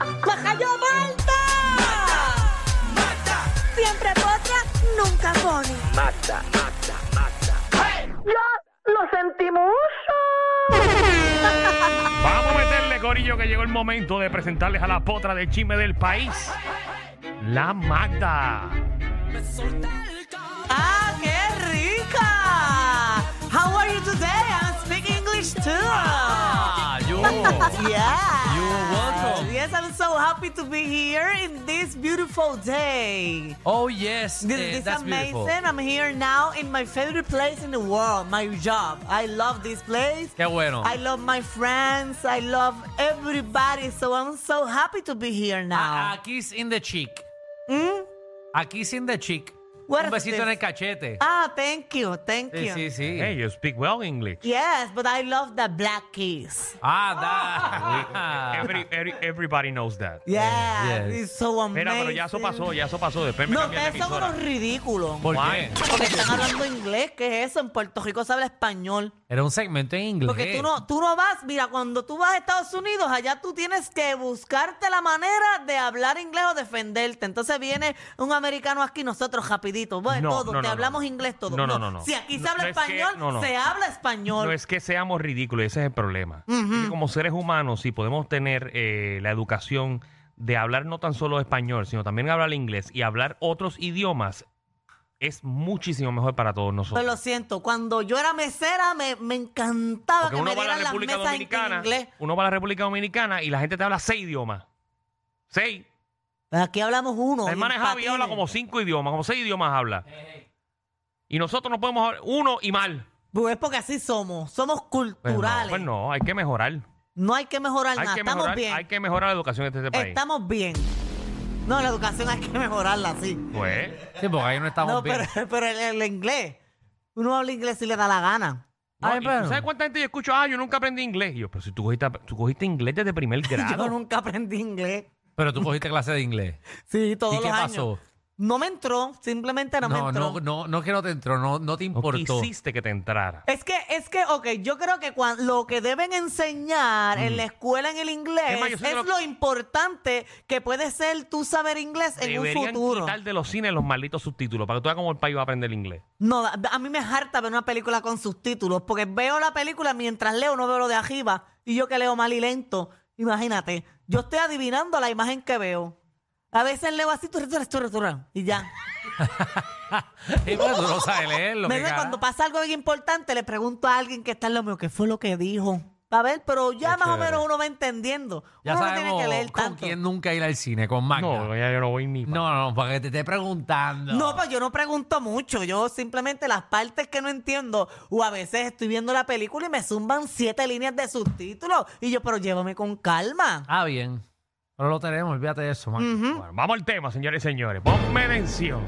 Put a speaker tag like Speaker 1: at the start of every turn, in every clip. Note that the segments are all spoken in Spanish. Speaker 1: ¡Gallo Malta! Siempre potra, nunca pone.
Speaker 2: Vamos a meterle, Corillo, que llegó el momento de presentarles a la potra del chisme del país, la Magda.
Speaker 3: ¡Ah, qué rica! How are you today? I'm speaking English too.
Speaker 4: yo.
Speaker 3: Yeah.
Speaker 4: You're Ah, welcome.
Speaker 3: Yes, I'm so happy to be here in this beautiful day.
Speaker 4: Oh, yes.
Speaker 3: This
Speaker 4: eh,
Speaker 3: this is
Speaker 4: that's
Speaker 3: amazing.
Speaker 4: beautiful.
Speaker 3: I'm here now in my favorite place in the world, my job. I love this place.
Speaker 4: Qué bueno.
Speaker 3: I love my friends. I love everybody. So I'm so happy to be here
Speaker 4: A,
Speaker 3: now.
Speaker 4: a kiss Ah, in the cheek.
Speaker 3: Mm?
Speaker 4: A kiss in the cheek.
Speaker 3: What
Speaker 4: Un
Speaker 3: is
Speaker 4: besito
Speaker 3: this?
Speaker 4: en el cachete.
Speaker 3: Ah, thank you. Thank
Speaker 4: sí,
Speaker 3: you.
Speaker 4: sí, sí.
Speaker 2: Hey, you speak well English.
Speaker 3: Yes, but I love the black kiss.
Speaker 4: Ah, da.
Speaker 2: Oh. Every- every- everybody knows that.
Speaker 3: Yeah,
Speaker 4: yes.
Speaker 3: it's so amazing.
Speaker 2: Eh, Mira, pero ya eso pasó, ya eso pasó. Después me
Speaker 3: No,
Speaker 2: cambian de
Speaker 3: ustedes son
Speaker 2: emisora.
Speaker 3: unos ridículos.
Speaker 4: ¿Por
Speaker 2: Why?
Speaker 4: qué?
Speaker 3: Porque están hablando inglés, ¿qué es eso? En Puerto Rico se habla español.
Speaker 4: Era un segmento en inglés.
Speaker 3: Porque tú no, tú no vas, mira, cuando tú vas a Estados Unidos, allá tú tienes que buscarte la manera de hablar inglés o defenderte. Entonces viene un americano aquí, nosotros rapidito, bueno,
Speaker 2: No,
Speaker 3: todo,
Speaker 2: no,
Speaker 3: te
Speaker 2: no,
Speaker 3: hablamos
Speaker 2: no.
Speaker 3: inglés todo.
Speaker 2: No, no, no, no.
Speaker 3: Si aquí se
Speaker 2: No,
Speaker 3: habla
Speaker 2: no es que-
Speaker 3: español,
Speaker 2: no, no.
Speaker 3: se habla español.
Speaker 2: No es que seamos ridículos, ese es el problema.
Speaker 3: Mm-hmm.
Speaker 2: Es que como seres humanos, si podemos tener eh, la educación de hablar no tan solo español, sino también hablar inglés y hablar otros idiomas, es muchísimo mejor para todos
Speaker 3: Pues lo
Speaker 2: nosotros.
Speaker 3: siento, cuando yo era mesera me, me encantaba
Speaker 2: Porque
Speaker 3: que me
Speaker 2: uno va a la
Speaker 3: dieran las
Speaker 2: República
Speaker 3: mesas en- en
Speaker 2: Dominicana,
Speaker 3: inglés.
Speaker 2: uno va a la República Dominicana y la gente te habla seis idiomas. Seis.
Speaker 3: Pues aquí hablamos uno.
Speaker 2: La
Speaker 3: y
Speaker 2: hermana de Javi
Speaker 3: patines.
Speaker 2: habla como cinco idiomas, como seis idiomas habla. Y nosotros no podemos hablar uno y mal.
Speaker 3: Pues es porque así somos, somos
Speaker 2: Pues no,
Speaker 3: culturales.
Speaker 2: pues no, hay que mejorar.
Speaker 3: No hay que mejorar
Speaker 2: Hay
Speaker 3: nada,
Speaker 2: que
Speaker 3: estamos
Speaker 2: mejorar,
Speaker 3: bien.
Speaker 2: hay que mejorar la educación de este país.
Speaker 3: Estamos bien. No, la educación hay que mejorarla, sí.
Speaker 2: Pues,
Speaker 4: Sí, porque ahí no estamos
Speaker 3: No,
Speaker 4: bien.
Speaker 3: pero, pero el, el inglés. Uno habla inglés si le da la gana.
Speaker 2: No,
Speaker 4: Ay,
Speaker 2: ¿y
Speaker 4: pero-
Speaker 2: tú ¿Sabes cuánta gente yo escucho? Ah, yo nunca aprendí inglés. Y yo, pero si tú cogiste, tú cogiste inglés desde primer grado.
Speaker 3: Yo nunca aprendí inglés.
Speaker 4: Pero tú cogiste clase de inglés.
Speaker 3: Sí, todos
Speaker 4: ¿Y qué
Speaker 3: los años.
Speaker 4: pasó?
Speaker 3: No me entró, simplemente no, me
Speaker 4: No,
Speaker 3: entró.
Speaker 4: no, no, no que no te entró, no, no te
Speaker 2: No
Speaker 4: importó.
Speaker 2: quisiste que te entrara.
Speaker 3: Es que, es que, ok, yo creo que cuan- lo que deben enseñar en la escuela en el inglés
Speaker 2: Mm. Es
Speaker 3: es,
Speaker 2: más, yo sé que
Speaker 3: lo...
Speaker 2: lo-
Speaker 3: importante que puede ser tú saber inglés en un
Speaker 2: Deberían
Speaker 3: futuro.
Speaker 2: quitar de los cines los malditos subtítulos para que tú veas cómo el país va a aprender inglés.
Speaker 3: No, a a mí me harta ver una película con subtítulos, porque veo la película mientras leo, no veo lo de arriba, y yo que leo mal y lento, imagínate, yo estoy adivinando la imagen que veo. A veces leo así, tu, tu, tu, tu, tu, y ya.
Speaker 4: Sí, porque tú no sabes leerlo.
Speaker 3: Me
Speaker 4: qué
Speaker 3: da-
Speaker 4: cara.
Speaker 3: cuando pasa algo bien importante, le pregunto a alguien que está en lo mío, ¿qué fue lo que dijo? A ver, pero ya
Speaker 4: Qué
Speaker 3: más
Speaker 4: chévere.
Speaker 3: o menos uno va entendiendo.
Speaker 4: Ya
Speaker 3: uno no
Speaker 4: sabemos
Speaker 3: tiene que leer
Speaker 4: con
Speaker 3: tanto.
Speaker 4: quién nunca ir al cine, con Magda.
Speaker 2: No, ya yo no voy ni pa-
Speaker 4: No, no, para que te esté preguntando.
Speaker 3: No, pues yo no pregunto mucho. Yo simplemente las partes que no entiendo. O a veces estoy viendo la película y me zumban siete líneas de subtítulos. Y yo, pero llévame con calma.
Speaker 4: Ah, bien. Pero lo tenemos, olvídate de eso,
Speaker 3: Mm.
Speaker 4: man.
Speaker 2: Bueno, vamos al tema, señores y señores. Ponme atención.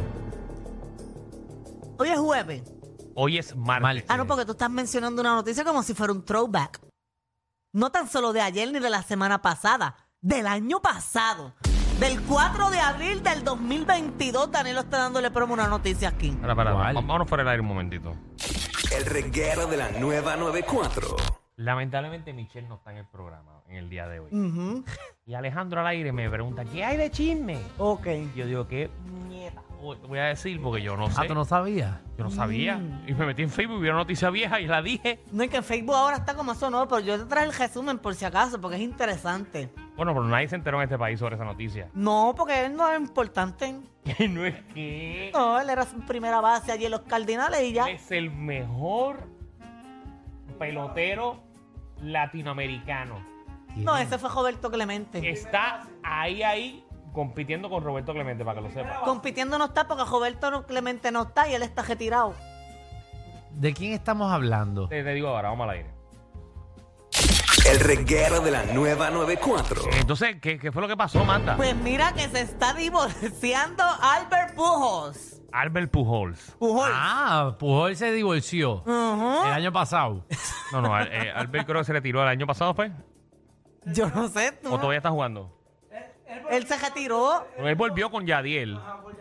Speaker 3: Hoy es jueves.
Speaker 2: Hoy es martes.
Speaker 4: Martes.
Speaker 3: Ah, no, porque tú estás mencionando una noticia como si fuera un throwback. No tan solo de ayer ni de la semana pasada, del año pasado. Del 4 de abril del 2022, Danilo está dándole promo una noticia aquí.
Speaker 2: Ahora, para,
Speaker 4: ¿Cuál?
Speaker 2: vámonos fuera del aire un momentito.
Speaker 5: El reguero de la nueva 94.
Speaker 2: Lamentablemente Michelle no está en el programa en el día de hoy.
Speaker 3: Ujú.
Speaker 2: Y Alejandro al aire me pregunta, ¿qué hay de chisme?
Speaker 3: Ok.
Speaker 2: Y Yo digo, ¿qué mierda voy a decir? Porque yo no sé.
Speaker 4: Ah, tú no Mm. sabías.
Speaker 2: Yo no sabía. Y me metí en Facebook, vi una noticia vieja y la dije.
Speaker 3: No, es que en Facebook ahora está como eso, no, pero yo te traje el resumen por si acaso, porque es interesante.
Speaker 2: Bueno, pero nadie se enteró en este país sobre esa noticia.
Speaker 3: No, porque él no es importante.
Speaker 2: no es que
Speaker 3: No, él era su primera base allí en los Cardinales y ya.
Speaker 2: es el mejor pelotero latinoamericano.
Speaker 3: No, ese fue Roberto Clemente.
Speaker 2: Está ahí, ahí, compitiendo con Roberto Clemente, para que lo sepa.
Speaker 3: Compitiendo no está porque Roberto no- Clemente no está y él está retirado.
Speaker 4: ¿De quién estamos hablando?
Speaker 2: Te, te digo ahora, vamos al aire.
Speaker 5: El reguero de la nueva 94.
Speaker 2: Entonces, ¿qué, qué fue lo que pasó, Manda?
Speaker 3: Pues mira que se está divorciando Albert Pujols.
Speaker 2: Albert Pujols.
Speaker 3: Pujols.
Speaker 4: Ah, Pujol se divorció
Speaker 3: Ujú.
Speaker 4: el año pasado.
Speaker 2: No, no, al- eh, Albert creo que se le tiró el año pasado, pues.
Speaker 3: Yo no sé, tú
Speaker 2: O todavía está jugando.
Speaker 3: él se retiró.
Speaker 2: Él volvió con Yadiel.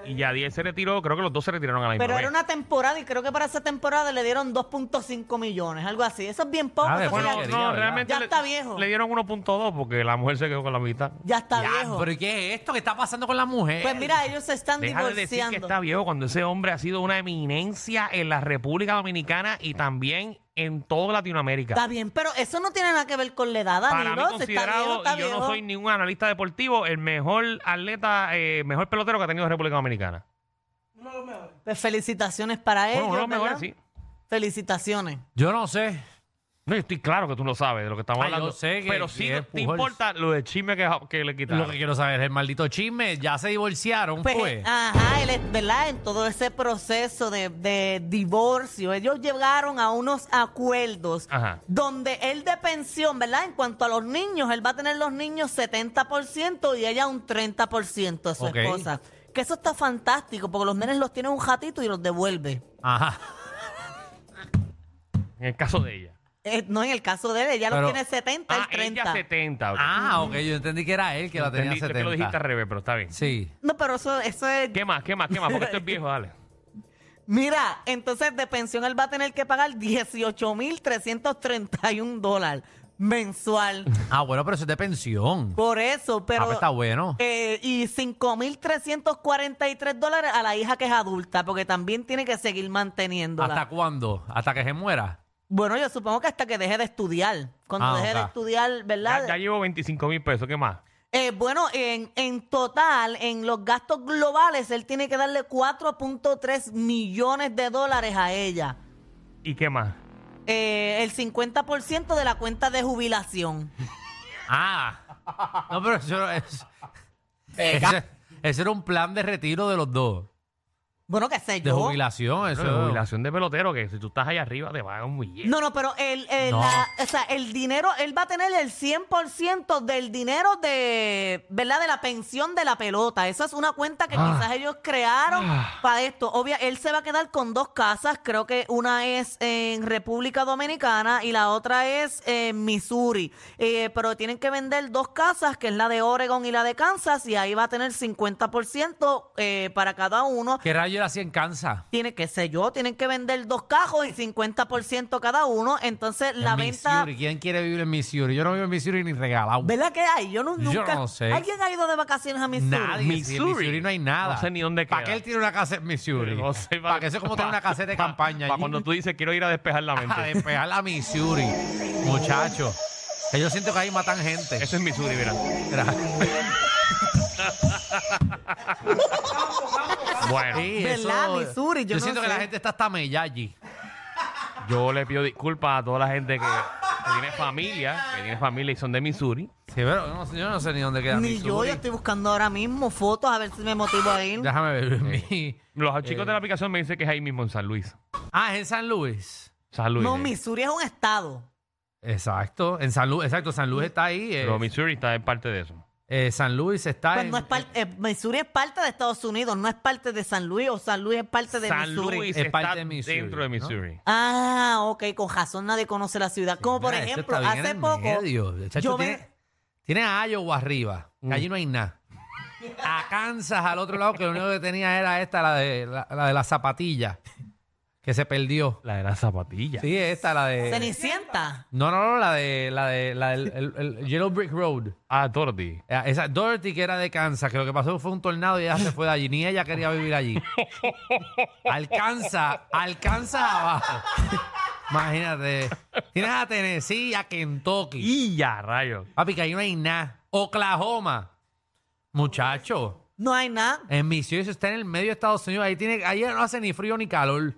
Speaker 2: Y Yadiel se retiró, creo que los dos se retiraron a la misma
Speaker 3: Pero era
Speaker 2: vez.
Speaker 3: una temporada y creo que para esa temporada le dieron 2.5 millones, algo así. Eso es bien poco.
Speaker 4: Ah, de
Speaker 3: eso
Speaker 4: acuerdo.
Speaker 3: ya-
Speaker 2: Bueno,
Speaker 4: porquería,
Speaker 2: no,
Speaker 4: ¿verdad?
Speaker 2: realmente
Speaker 3: Ya
Speaker 2: le-
Speaker 3: está viejo.
Speaker 2: Le dieron 1.2 porque la mujer se quedó con la mitad.
Speaker 3: ya está
Speaker 4: Ya,
Speaker 3: viejo.
Speaker 4: pero ¿y qué es esto que está pasando con la mujer?
Speaker 3: Pues mira, ellos se están
Speaker 2: Deja de decir
Speaker 3: divorciando.
Speaker 2: que está viejo cuando ese hombre ha sido una eminencia en la República Dominicana y también en toda Latinoamérica.
Speaker 3: Está bien, pero eso no tiene nada que ver con la edad,
Speaker 2: Para
Speaker 3: Danilo.
Speaker 2: mí
Speaker 3: Se está
Speaker 2: considerado,
Speaker 3: viejo, está
Speaker 2: y yo
Speaker 3: viejo.
Speaker 2: no soy ningún analista deportivo, el mejor atleta, eh, mejor pelotero que ha tenido la República Dominicana.
Speaker 3: Pues felicitaciones para ellos.
Speaker 2: Bueno, uno de los mejores,
Speaker 3: ¿verdad?
Speaker 2: sí.
Speaker 3: Felicitaciones.
Speaker 4: Yo no sé.
Speaker 2: No, yo estoy claro que tú no sabes de lo que estamos
Speaker 4: Ah, yo
Speaker 2: hablando.
Speaker 4: sé que-
Speaker 2: pero
Speaker 4: que
Speaker 2: sí
Speaker 4: es
Speaker 2: te
Speaker 4: Pujols.
Speaker 2: importa lo de chisme que, que le quitaron.
Speaker 4: Lo que quiero saber es el maldito chisme. Ya se divorciaron,
Speaker 3: Pues,
Speaker 4: pues.
Speaker 3: ajá, él es- ¿verdad? En todo ese proceso de, de divorcio, ellos llegaron a unos acuerdos
Speaker 2: Ajá.
Speaker 3: donde él de pensión, ¿verdad? En cuanto a los niños, él va a tener los niños 70% y ella un 30% de su
Speaker 4: Ok.
Speaker 3: esposa. Que eso está fantástico, porque los nenes los tiene un ratito y los devuelve.
Speaker 4: Ajá.
Speaker 2: En el caso de ella.
Speaker 3: Eh, no en el caso de él, ella
Speaker 4: Pero-
Speaker 3: los tiene 70,
Speaker 2: Ah,
Speaker 3: él 30.
Speaker 2: ella 70. ok.
Speaker 4: Ah, ok, yo entendí que era él que la tenía
Speaker 2: Entendí, yo
Speaker 4: 70.
Speaker 2: te lo dijiste al revés, pero está bien.
Speaker 4: Sí.
Speaker 3: No, pero eso, eso es
Speaker 2: ¿Qué más? ¿Qué más? ¿Qué más? Porque esto es viejo, dale.
Speaker 3: Mira, entonces de pensión él va a tener que pagar 18.331 dólares mensual.
Speaker 4: Ah, bueno, pero eso es de pensión.
Speaker 3: Por eso, pero...
Speaker 4: Ah, pues está bueno.
Speaker 3: Eh, y 5.343 dólares a la hija que es adulta, porque también tiene que seguir manteniéndola.
Speaker 4: ¿Hasta cuándo? ¿Hasta que se muera?
Speaker 3: Bueno, yo supongo que hasta que deje de estudiar. Cuando
Speaker 4: Ah,
Speaker 3: deje de
Speaker 4: ok.
Speaker 3: estudiar,
Speaker 2: Ya,
Speaker 3: ¿verdad?
Speaker 2: ya llevo 25 mil pesos, ¿qué más?
Speaker 3: Eh, bueno, en, en total, en los gastos globales, él tiene que darle 4.3 millones de dólares a ella.
Speaker 2: ¿Y qué más?
Speaker 3: eh, el 50% de la cuenta de jubilación.
Speaker 4: Ah. No, pero eso es. Ese, ese era un plan de retiro de los dos.
Speaker 3: Bueno, qué sé
Speaker 4: De
Speaker 3: yo.
Speaker 4: jubilación, eso.
Speaker 2: Bueno, la jubilación de pelotero, que si tú estás allá arriba te pagan un billete.
Speaker 3: No, no, pero el, el-
Speaker 4: No.
Speaker 3: la- o sea, el dinero, él va a tener el 100% del dinero de, ¿verdad? De la pensión de la pelota. Esa es una cuenta que
Speaker 2: Ah.
Speaker 3: quizás ellos crearon
Speaker 2: Ah.
Speaker 3: para esto. Obvia, él se va a quedar con dos casas. Creo que una es en República Dominicana y la otra es en Missouri. Eh, pero tienen que vender dos casas, que es la de Oregon y la de Kansas, y ahí va a tener 50% eh, para cada uno.
Speaker 4: ¿Qué rayo era así en Kansas?
Speaker 3: tiene que sé yo, tienen que vender dos cajos y 50% cada uno. Entonces, la
Speaker 4: en
Speaker 3: venta.
Speaker 4: Missouri. ¿Quién quiere vivir en Missouri? Yo no vivo en Missouri ni regalado.
Speaker 3: ¿Verdad que hay? Yo, nu-
Speaker 4: Yo
Speaker 3: nunca.
Speaker 4: no sé.
Speaker 3: ¿Alguien ha ido de vacaciones a Missouri?
Speaker 4: Nadie. si en Missouri no hay nada.
Speaker 2: No sé ni dónde
Speaker 4: ¿Para
Speaker 2: queda.
Speaker 4: qué él tiene una casa en Missouri?
Speaker 2: No sé,
Speaker 4: ¿Para qué eso es como tener una caseta de
Speaker 2: pa-
Speaker 4: campaña?
Speaker 2: pa'
Speaker 4: allí?
Speaker 2: cuando tú dices quiero ir a despejar la
Speaker 4: A
Speaker 2: mente.
Speaker 4: despejar la Missouri. Muchachos. Que yo siento que ahí matan gente.
Speaker 2: Eso es Missouri, verás. Bueno,
Speaker 4: Sí,
Speaker 3: ¿Verdad? Missouri, yo no
Speaker 4: siento que
Speaker 3: sé.
Speaker 4: la gente está hasta mella allí.
Speaker 2: yo le pido disculpas a toda la gente que, que tiene familia, que tiene familia y son de Missouri.
Speaker 4: Sí, pero yo no, sé- yo no sé ni dónde queda
Speaker 3: Ni yo,
Speaker 4: Missouri.
Speaker 3: yo estoy buscando ahora mismo fotos a ver si me motivo a ir.
Speaker 4: Déjame ver mi...
Speaker 2: Los chicos
Speaker 4: Eh.
Speaker 2: de la aplicación me dicen que es ahí mismo en San Luis.
Speaker 4: Ah, es en San Luis.
Speaker 2: San Luis.
Speaker 3: No,
Speaker 2: eh.
Speaker 3: Missouri es un estado.
Speaker 4: Exacto. En San Luis, exacto. San Luis está ahí. eh,
Speaker 2: Pero Missouri está en parte de eso.
Speaker 4: eh, San Luis está
Speaker 3: Pues
Speaker 4: en-
Speaker 3: no es parte, eh, Missouri es parte de Estados Unidos, no es parte de San Luis, o San Luis es parte de
Speaker 2: San
Speaker 3: Missouri.
Speaker 2: Luis
Speaker 4: Es
Speaker 2: está
Speaker 4: parte de Missouri,
Speaker 2: dentro de
Speaker 4: ¿no?
Speaker 2: Missouri.
Speaker 3: Ah, ok, con razón nadie conoce la ciudad. Como por
Speaker 4: Mira, esto
Speaker 3: ejemplo,
Speaker 4: está bien
Speaker 3: hace
Speaker 4: en
Speaker 3: poco.
Speaker 4: medio. Chacho,
Speaker 3: yo
Speaker 4: tiene,
Speaker 3: me-
Speaker 4: tiene a Iowa arriba. que Allí no hay nada. A Kansas al otro lado, que lo único que tenía era esta, la de la, la de la zapatilla, que se perdió.
Speaker 2: La de las zapatillas.
Speaker 4: Sí, esta, la de.
Speaker 3: Cenicienta.
Speaker 4: No, no, no, la de la de la del el- el Yellow Brick Road.
Speaker 2: Ah, Dorothy.
Speaker 4: Eh, Esa Dorothy que era de Kansas, que lo que pasó fue un tornado y ella se fue de allí. Ni ella quería vivir allí. Alcanza, alcanza abajo. Imagínate. Tienes a Tennessee, a Kentucky.
Speaker 2: Y ya, rayos.
Speaker 4: Papi, que ahí no hay nada. Oklahoma. Muchacho,
Speaker 3: No hay nada.
Speaker 4: en Missouri, eso está en el medio de Estados Unidos. Ahí, tiene, ahí no hace ni frío ni calor.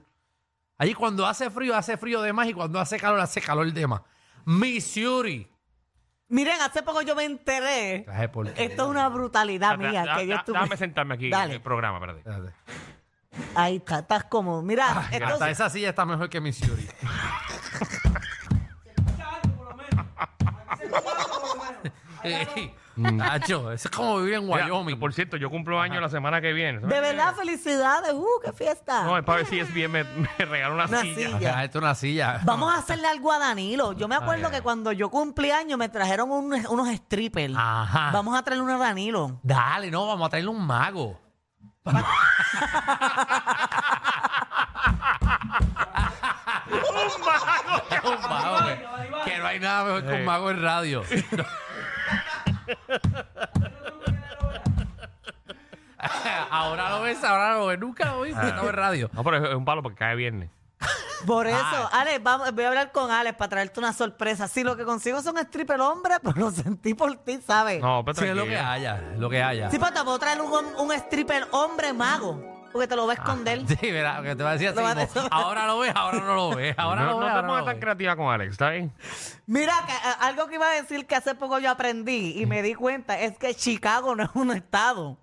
Speaker 4: Allí cuando hace frío, hace frío de más. Y cuando hace calor, hace calor de más. Missouri.
Speaker 3: Miren, hace poco yo me enteré.
Speaker 4: Traje por
Speaker 3: Esto es una
Speaker 4: Ah,
Speaker 3: brutalidad
Speaker 2: Da-
Speaker 3: mía.
Speaker 2: da-
Speaker 3: que yo
Speaker 2: da-
Speaker 3: estuve...
Speaker 2: Déjame sentarme aquí en
Speaker 3: Dale.
Speaker 2: el programa, espérate.
Speaker 4: Espérate.
Speaker 3: Ahí está, estás como.
Speaker 2: Ah,
Speaker 3: Mira, esto-
Speaker 4: Hasta esa silla está mejor que Missouri. Ey, Nacho, eso es como vivir en
Speaker 2: Mm. Mira,
Speaker 4: Wyoming.
Speaker 2: Por cierto, yo cumplo años la semana que viene.
Speaker 3: de verdad, felicidades. ¡Uh, qué fiesta!
Speaker 2: No, es para ver si es bien, me, me regaló una,
Speaker 3: Una
Speaker 2: silla.
Speaker 3: silla.
Speaker 4: Acá, esto es una silla.
Speaker 3: Vamos a hacerle algo a Danilo. Yo me acuerdo que cuando yo cumplí años me trajeron un- unos strippers.
Speaker 2: Ah,
Speaker 4: Ajá.
Speaker 3: Vamos a traerle uno a Danilo.
Speaker 4: Dale, no, vamos a traerle un mago. Un mago, que- que no hay nada mejor que un mago en radio. ahora lo ves, ahora lo ves. Nunca lo
Speaker 2: Ah.
Speaker 4: viste, estaba en radio.
Speaker 2: No, pero es- es un palo porque cae viernes. Ah.
Speaker 3: Por eso, Alex, vamos, voy a hablar con Alex para traerte una sorpresa. Si lo que consigo son stripper hombre, pues lo sentí por ti, ¿sabes?
Speaker 2: No, pero
Speaker 4: Sí, es lo que
Speaker 2: tranquila.
Speaker 4: haya, lo que haya.
Speaker 3: Sí, pero te puedo traer un, hom- un stripper hombre mago, porque te lo va a
Speaker 2: Ah,
Speaker 3: esconder.
Speaker 4: Sí, verá, que te va a decir así.
Speaker 3: Lo va a
Speaker 4: como,
Speaker 3: decir.
Speaker 4: ahora lo ves, ahora no lo ves. Ahora
Speaker 2: no,
Speaker 4: lo
Speaker 2: no
Speaker 4: ves.
Speaker 2: te
Speaker 4: ahora
Speaker 2: pongas
Speaker 4: lo
Speaker 2: tan
Speaker 4: ves.
Speaker 2: creativa con Alex, ¿está bien?
Speaker 3: Mira, que, a- algo que iba a decir que hace poco yo aprendí y me di cuenta es que Chicago no es un estado.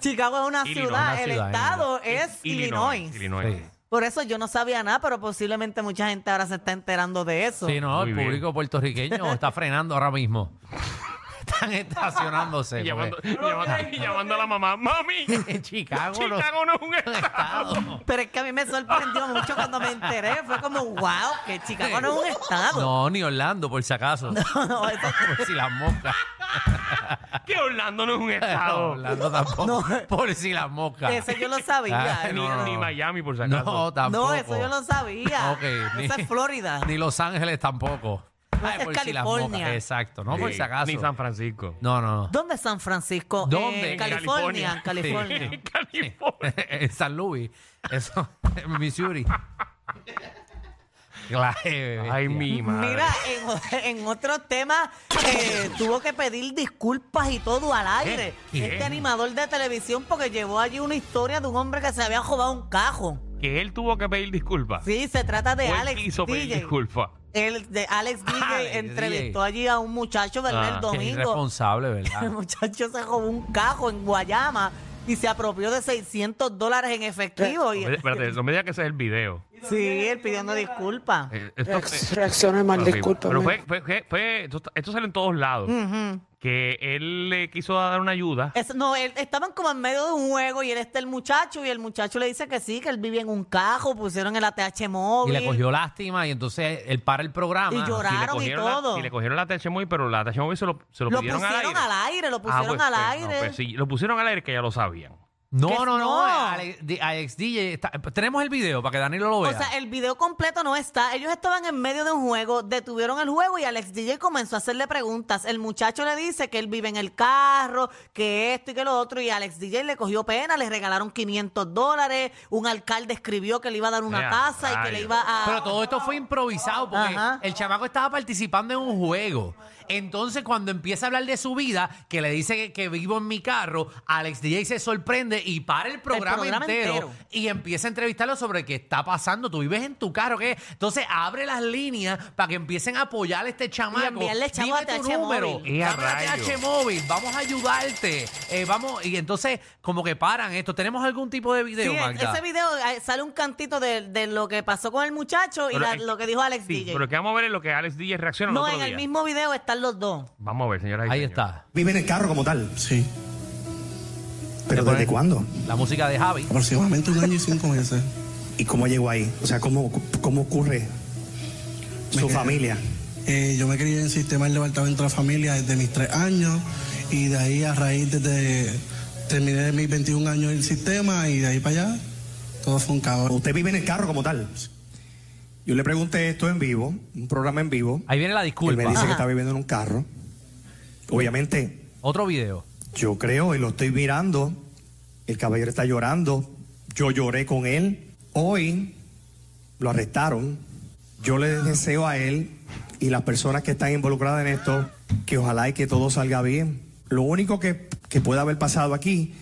Speaker 3: Chicago? es una
Speaker 2: Illinois,
Speaker 3: ciudad,
Speaker 4: una
Speaker 3: el
Speaker 4: ciudad,
Speaker 3: estado es Illinois.
Speaker 2: Illinois.
Speaker 4: Sí.
Speaker 3: Por eso yo no sabía nada, pero posiblemente mucha gente ahora se está enterando de eso.
Speaker 4: Sí, no,
Speaker 2: Muy
Speaker 4: el
Speaker 2: bien.
Speaker 4: público puertorriqueño está frenando ahora mismo. Están estacionándose.
Speaker 2: Y llamando,
Speaker 4: porque
Speaker 2: y llamando- y llamando a la mamá, mami,
Speaker 4: en Chicago, no
Speaker 2: Chicago no es un
Speaker 4: es un
Speaker 2: estado.
Speaker 4: estado.
Speaker 3: Pero es que a mí me sorprendió mucho cuando me enteré. Fue como, wow, que Chicago no es un estado.
Speaker 4: No, ni Orlando, por si acaso.
Speaker 3: No, eso-
Speaker 4: por si las moscas.
Speaker 2: Que Orlando no es un
Speaker 4: No,
Speaker 2: estado.
Speaker 4: Orlando tampoco. Por si las moscas.
Speaker 3: eso yo lo sabía.
Speaker 4: Ah,
Speaker 2: Ni,
Speaker 4: no, no,
Speaker 2: ni
Speaker 4: no.
Speaker 2: Miami, por si
Speaker 4: no,
Speaker 2: acaso.
Speaker 4: tampoco.
Speaker 3: No, eso yo lo sabía.
Speaker 4: Ok,
Speaker 3: Esa
Speaker 4: ni-
Speaker 3: es Florida.
Speaker 4: Ni Los Ángeles tampoco.
Speaker 3: No, es
Speaker 4: por si las
Speaker 3: California.
Speaker 4: moscas. Exacto, no por
Speaker 2: Sí,
Speaker 4: si acaso.
Speaker 2: Ni San Francisco.
Speaker 4: No, no, no.
Speaker 3: ¿Dónde es San Francisco?
Speaker 4: ¿Dónde?
Speaker 3: En California. en California.
Speaker 4: Sí.
Speaker 2: California.
Speaker 4: en San Luis. Eso, en Missouri. Claro, eh,
Speaker 2: Ay,
Speaker 4: bestia.
Speaker 2: mi madre.
Speaker 3: Mira, en, o- en otro tema, eh, tuvo que pedir disculpas y todo al aire.
Speaker 2: ¿Qué?
Speaker 3: Este animador de televisión porque llevó allí una historia de un hombre que se había robado un cajo.
Speaker 2: Que él tuvo que pedir disculpas.
Speaker 3: Sí, se trata de
Speaker 2: O él
Speaker 3: Alex
Speaker 2: quiso pedir
Speaker 3: DJ.
Speaker 2: disculpas.
Speaker 3: El de Alex DJ
Speaker 4: Alex
Speaker 3: entrevistó
Speaker 4: DJ.
Speaker 3: allí a un muchacho, ¿verdad?
Speaker 2: Ah,
Speaker 3: el
Speaker 4: Qué
Speaker 3: domingo.
Speaker 4: irresponsable,
Speaker 3: El
Speaker 4: ¿verdad?
Speaker 3: muchacho se robó un cajo en Guayama y se apropió de 600 dólares en efectivo. Y,
Speaker 2: Oye, Espérate, no me digas que ese es el video.
Speaker 3: sí, él pidiendo disculpas.
Speaker 2: Eh, Esto, eh,
Speaker 6: Reacciones mal,
Speaker 2: horrible.
Speaker 6: disculpa.
Speaker 2: Pero fue, fue- fue- fue- esto, esto sale en todos lados.
Speaker 3: Ujú. Eh,
Speaker 2: Que él le quiso dar una ayuda.
Speaker 3: Es- no, él- estaban como en medio de un juego y él está el muchacho y el muchacho le dice que sí, que él vive en un cajo, pusieron el ATH
Speaker 4: Y
Speaker 3: móvil.
Speaker 4: le cogió lástima y entonces él para el programa.
Speaker 3: Y llora-
Speaker 2: le
Speaker 3: Claro, y
Speaker 2: cogieron la-
Speaker 3: todo.
Speaker 2: y le cogieron la Techemoy, pero la Techemoy se lo, se lo
Speaker 3: lo
Speaker 2: pidieron
Speaker 3: pusieron
Speaker 2: al aire.
Speaker 3: al aire, lo pusieron
Speaker 2: Ah, pues,
Speaker 3: al
Speaker 2: pues, no,
Speaker 3: aire.
Speaker 2: pues sí, lo pusieron al aire que ya lo sabían.
Speaker 4: No,
Speaker 3: Que
Speaker 4: no, no.
Speaker 3: no.
Speaker 4: Alex, di- Alex DJ. está- tenemos el video para que Danilo lo
Speaker 3: O
Speaker 2: pues,
Speaker 4: vea.
Speaker 3: sea, el video completo no está. Ellos estaban en medio de un juego, detuvieron el juego y Alex DJ comenzó a hacerle preguntas. El muchacho le dice que él vive en el carro, que esto y que lo otro. Y Alex DJ le cogió pena, le regalaron 500 dólares. Un alcalde escribió que le iba a dar una
Speaker 2: Ea,
Speaker 3: casa y que le
Speaker 2: rayos.
Speaker 3: iba a.
Speaker 4: Pero todo esto fue improvisado porque
Speaker 3: Ajá.
Speaker 4: el chamaco estaba participando en un juego. Entonces, cuando empieza a hablar de su vida, que le dice que, que vivo en mi carro, Alex DJ se sorprende y para el programa,
Speaker 3: programa
Speaker 4: entero,
Speaker 3: entero.
Speaker 4: y empieza a entrevistarlo sobre qué está pasando. Tú vives en tu carro, ¿qué? Entonces, abre las líneas para que empiecen a apoyar a este chamaco.
Speaker 3: enviarle chavo
Speaker 4: Dime
Speaker 3: a
Speaker 4: tu
Speaker 3: TH
Speaker 4: número.
Speaker 3: móvil.
Speaker 2: ¡Ea,
Speaker 4: Dame la
Speaker 2: rayos!
Speaker 4: TH móvil. Vamos a ayudarte. Eh, vamos. Y entonces, como que paran esto. ¿Tenemos algún tipo de
Speaker 2: Oh
Speaker 4: video,
Speaker 3: Sí,
Speaker 4: Magda?
Speaker 3: ese video eh, sale un cantito de, de lo que pasó con el muchacho y
Speaker 2: Pero
Speaker 3: la-
Speaker 2: es-
Speaker 3: lo que dijo Alex
Speaker 2: sí,
Speaker 3: DJ.
Speaker 2: Pero lo que vamos a ver es lo que Alex DJ reacciona
Speaker 3: no,
Speaker 2: el
Speaker 3: en
Speaker 2: otro
Speaker 3: el
Speaker 2: día.
Speaker 3: mismo video están los dos.
Speaker 2: Vamos a ver, señoras y
Speaker 4: Ahí
Speaker 2: señores.
Speaker 4: está.
Speaker 7: Vive en el carro como tal.
Speaker 8: Sí,
Speaker 7: ¿Pero
Speaker 4: Le ponen-
Speaker 7: desde cuándo?
Speaker 4: La música de Javi.
Speaker 8: aproximadamente un año y cinco meses.
Speaker 7: ¿Y cómo llegó ahí? O sea, ¿cómo, cómo ocurre su
Speaker 8: Me-
Speaker 7: familia?
Speaker 8: Eh, yo me crié en el sistema del levantamiento de la familia desde mis tres años y de ahí a raíz desde terminé de mis 21 años el sistema y de ahí para allá todo fue un caos.
Speaker 7: ¿Usted vive en el carro como tal? Yo le pregunté esto en vivo, un programa en vivo.
Speaker 4: Ahí viene la
Speaker 7: Él
Speaker 4: disculpa.
Speaker 7: me dice que está viviendo en un carro. Obviamente,
Speaker 4: Otro video.
Speaker 7: Yo creo, y lo estoy mirando. El caballero está llorando. Yo lloré con él. Hoy lo arrestaron. Yo le deseo a él y las personas que están involucradas en esto que ojalá y que todo salga bien. Lo único que, que puede haber pasado aquí,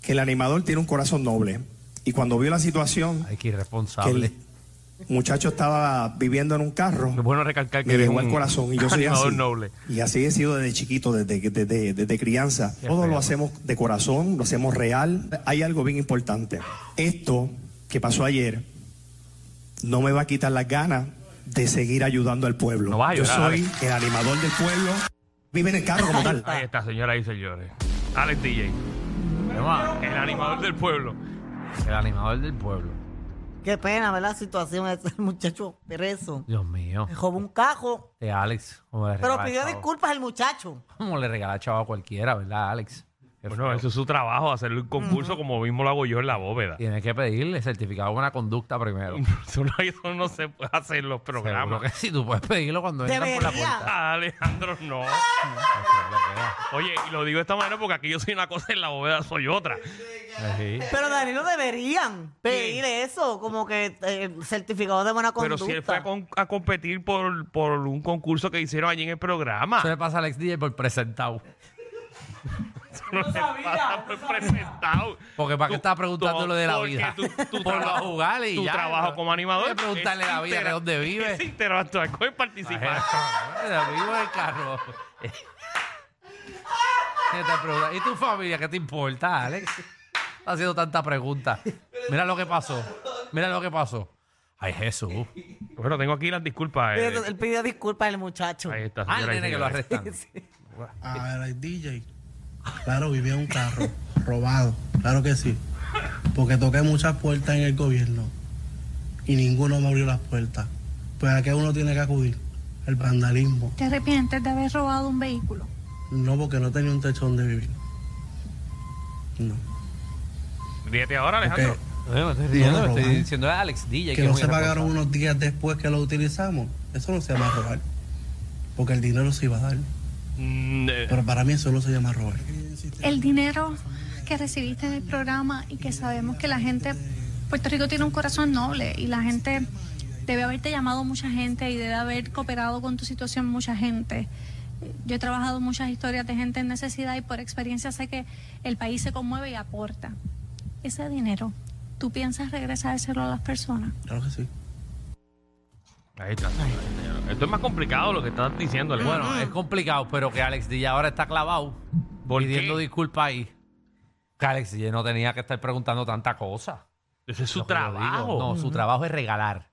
Speaker 7: que el animador tiene un corazón noble. Y cuando vio la situación,
Speaker 4: Ay, qué
Speaker 7: que
Speaker 4: irresponsable.
Speaker 7: el muchacho estaba viviendo en un carro,
Speaker 2: Es bueno recalcar que
Speaker 7: me
Speaker 2: eres
Speaker 7: llegó al
Speaker 2: un
Speaker 7: corazón y yo soy
Speaker 2: animador
Speaker 7: así.
Speaker 2: noble.
Speaker 7: Y así he sido desde chiquito, desde, desde, desde crianza.
Speaker 4: Qué
Speaker 7: Todo
Speaker 4: feo.
Speaker 7: lo hacemos de corazón, lo hacemos real. Hay algo bien importante. Esto que pasó ayer no me va a quitar las ganas de seguir ayudando al pueblo.
Speaker 2: No vas a
Speaker 7: yo
Speaker 2: llorar,
Speaker 7: soy el animador del pueblo. Vive en el carro como tal.
Speaker 2: Ahí está, señoras y señores. Alex DJ,
Speaker 4: Tenemos a-
Speaker 2: el animador del pueblo.
Speaker 4: el animador del pueblo.
Speaker 3: Qué pena, ¿verdad? La situación es el muchacho preso.
Speaker 4: Dios mío.
Speaker 3: Le robó un cajo,
Speaker 4: Este Alex. Como le
Speaker 3: pero
Speaker 4: regala
Speaker 3: pidió
Speaker 4: chavo.
Speaker 3: disculpas al muchacho.
Speaker 4: Como le regala chavo a cualquiera, ¿verdad, Alex?
Speaker 2: Bueno, eso es su trabajo, hacer un concurso como mismo lo hago yo en la bóveda.
Speaker 4: Tienes que pedirle certificado de buena conducta primero.
Speaker 2: Eso, no, eso no se puede hacer en los
Speaker 4: Seguro
Speaker 2: programas.
Speaker 4: que sí, tú puedes pedirlo cuando entras por la
Speaker 3: Debería.
Speaker 4: puerta.
Speaker 2: Ah, Alejandro, no. Oye, y lo digo de esta manera porque aquí yo soy una cosa y en la bóveda soy otra. Eh,
Speaker 4: Sí.
Speaker 3: Pero Danilo deberían pedir eso, como que eh, certificado de buena
Speaker 2: Pero
Speaker 3: conducta.
Speaker 2: si él fue a, con- a competir por, por un concurso que hicieron allí en el programa.
Speaker 4: Eso le pasa al ex DJ por presentado.
Speaker 2: No se pasa por presentado.
Speaker 4: Porque para qué
Speaker 2: Tú-
Speaker 4: estás preguntando
Speaker 2: tú-
Speaker 4: lo de la
Speaker 2: porque
Speaker 4: vida.
Speaker 2: tú- tú
Speaker 4: por
Speaker 2: traba-
Speaker 4: a jugar y
Speaker 2: tu
Speaker 4: ya.
Speaker 2: trabajo como animador
Speaker 4: Voy a preguntarle
Speaker 2: es
Speaker 4: la vida, de
Speaker 2: intera-
Speaker 4: dónde vive.
Speaker 2: Es interactuar con el participante.
Speaker 4: Ajá, Amigo del carro. ¿Qué te pregunta? ¿Y tu familia? ¿Qué te importa, Alex? Está haciendo tanta pregunta. Mira lo que pasó. Mira lo que pasó. Ay, Jesús.
Speaker 2: Bueno, tengo aquí las disculpas. eh,
Speaker 3: Él él pidió disculpas el muchacho.
Speaker 2: Ahí está.
Speaker 4: Ah, el
Speaker 2: señoras y
Speaker 4: nene que lo
Speaker 2: señores.
Speaker 4: arrestan.
Speaker 8: A ver, el DJ. Claro, vivía en un carro robado. Claro que sí. Porque toqué muchas puertas en el gobierno y ninguno me abrió las puertas. Pues a qué uno tiene que acudir? El vandalismo.
Speaker 6: ¿Te arrepientes de haber robado un vehículo?
Speaker 8: No, porque no tenía un techo donde vivir. No.
Speaker 2: Dígate ahora, Alejandro.
Speaker 8: Porque
Speaker 4: No, me estoy
Speaker 8: riendo,
Speaker 4: riendo,
Speaker 8: me
Speaker 4: estoy
Speaker 8: estoy
Speaker 4: diciendo a Alex DJ.
Speaker 8: que no se pagaron unos días después que lo utilizamos. Eso no se llama robar. Porque el dinero se iba a dar.
Speaker 2: Mm, eh,
Speaker 8: Pero para mí eso no se llama robar.
Speaker 6: El dinero que recibiste en el programa y que sabemos que la gente, Puerto Rico tiene un corazón noble y la gente debe haberte llamado mucha gente y debe haber cooperado con tu situación mucha gente. Yo he trabajado muchas historias de gente en necesidad y por experiencia sé que el país se conmueve y aporta. Ese dinero, ¿tú piensas regresárselo a las personas?
Speaker 8: Claro que sí.
Speaker 2: Ahí está. señoras y señores. Esto es más complicado lo que estás diciendo, Alejandro.
Speaker 4: Bueno, es complicado, pero que Alex DJ ahora está clavado
Speaker 2: ¿Por qué?
Speaker 4: pidiendo disculpas ahí. Que Alex DJ no tenía que estar preguntando tanta cosa.
Speaker 2: Ese es su
Speaker 4: Lo que yo digo.
Speaker 2: trabajo.
Speaker 4: No, su trabajo es regalar.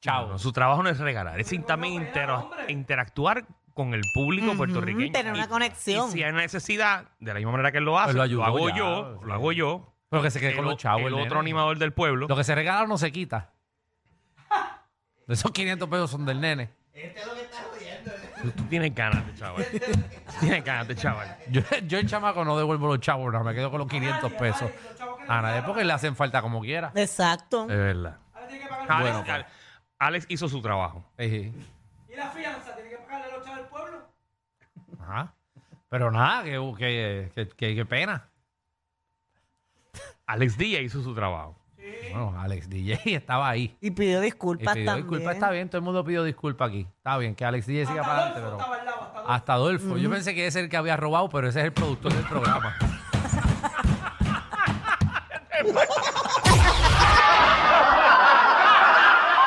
Speaker 4: Chao.
Speaker 2: No, no, su trabajo no es regalar, es también intera- interactuar con el público
Speaker 3: Ujú,
Speaker 2: puertorriqueño.
Speaker 3: tener una
Speaker 2: Y-
Speaker 3: conexión.
Speaker 2: Y si hay necesidad, de la misma manera que él lo hace,
Speaker 4: Pues
Speaker 2: lo,
Speaker 4: lo ayudó
Speaker 2: hago
Speaker 4: ya,
Speaker 2: yo,
Speaker 4: sí.
Speaker 2: lo hago yo.
Speaker 4: Pero que se quede
Speaker 2: El,
Speaker 4: con
Speaker 2: o-
Speaker 4: los chavos.
Speaker 2: el
Speaker 4: nene.
Speaker 2: otro animador del pueblo.
Speaker 4: Lo que se regala no se quita. De Esos 500 pesos son del nene.
Speaker 2: Tú, tú tienes ganas de chaval. Tú tienes ganas de chaval.
Speaker 4: Yo, yo el chamaco no devuelvo los chavos, no, me quedo con los 500 pesos. A nadie porque le hacen falta como quiera.
Speaker 3: Exacto.
Speaker 2: Es verdad. Alex,
Speaker 4: Bueno, pues.
Speaker 2: Alex- Alex hizo su trabajo.
Speaker 4: ¿Y la fianza? ¿Tiene que pagarle los chavos del pueblo? Ajá. Pero nada, que, que, que- que- que pena.
Speaker 2: Alex Díaz hizo su trabajo.
Speaker 4: Bueno, Alex DJ estaba ahí.
Speaker 3: Y pidió
Speaker 4: Y
Speaker 3: disculpas
Speaker 4: pidió
Speaker 3: también.
Speaker 4: disculpas, está bien, todo el mundo pidió disculpas aquí. Está bien, que Alex DJ siga para adelante, pero. hasta Adolfo. Yo pensé que ese es el que había robado, pero ese es el productor del programa.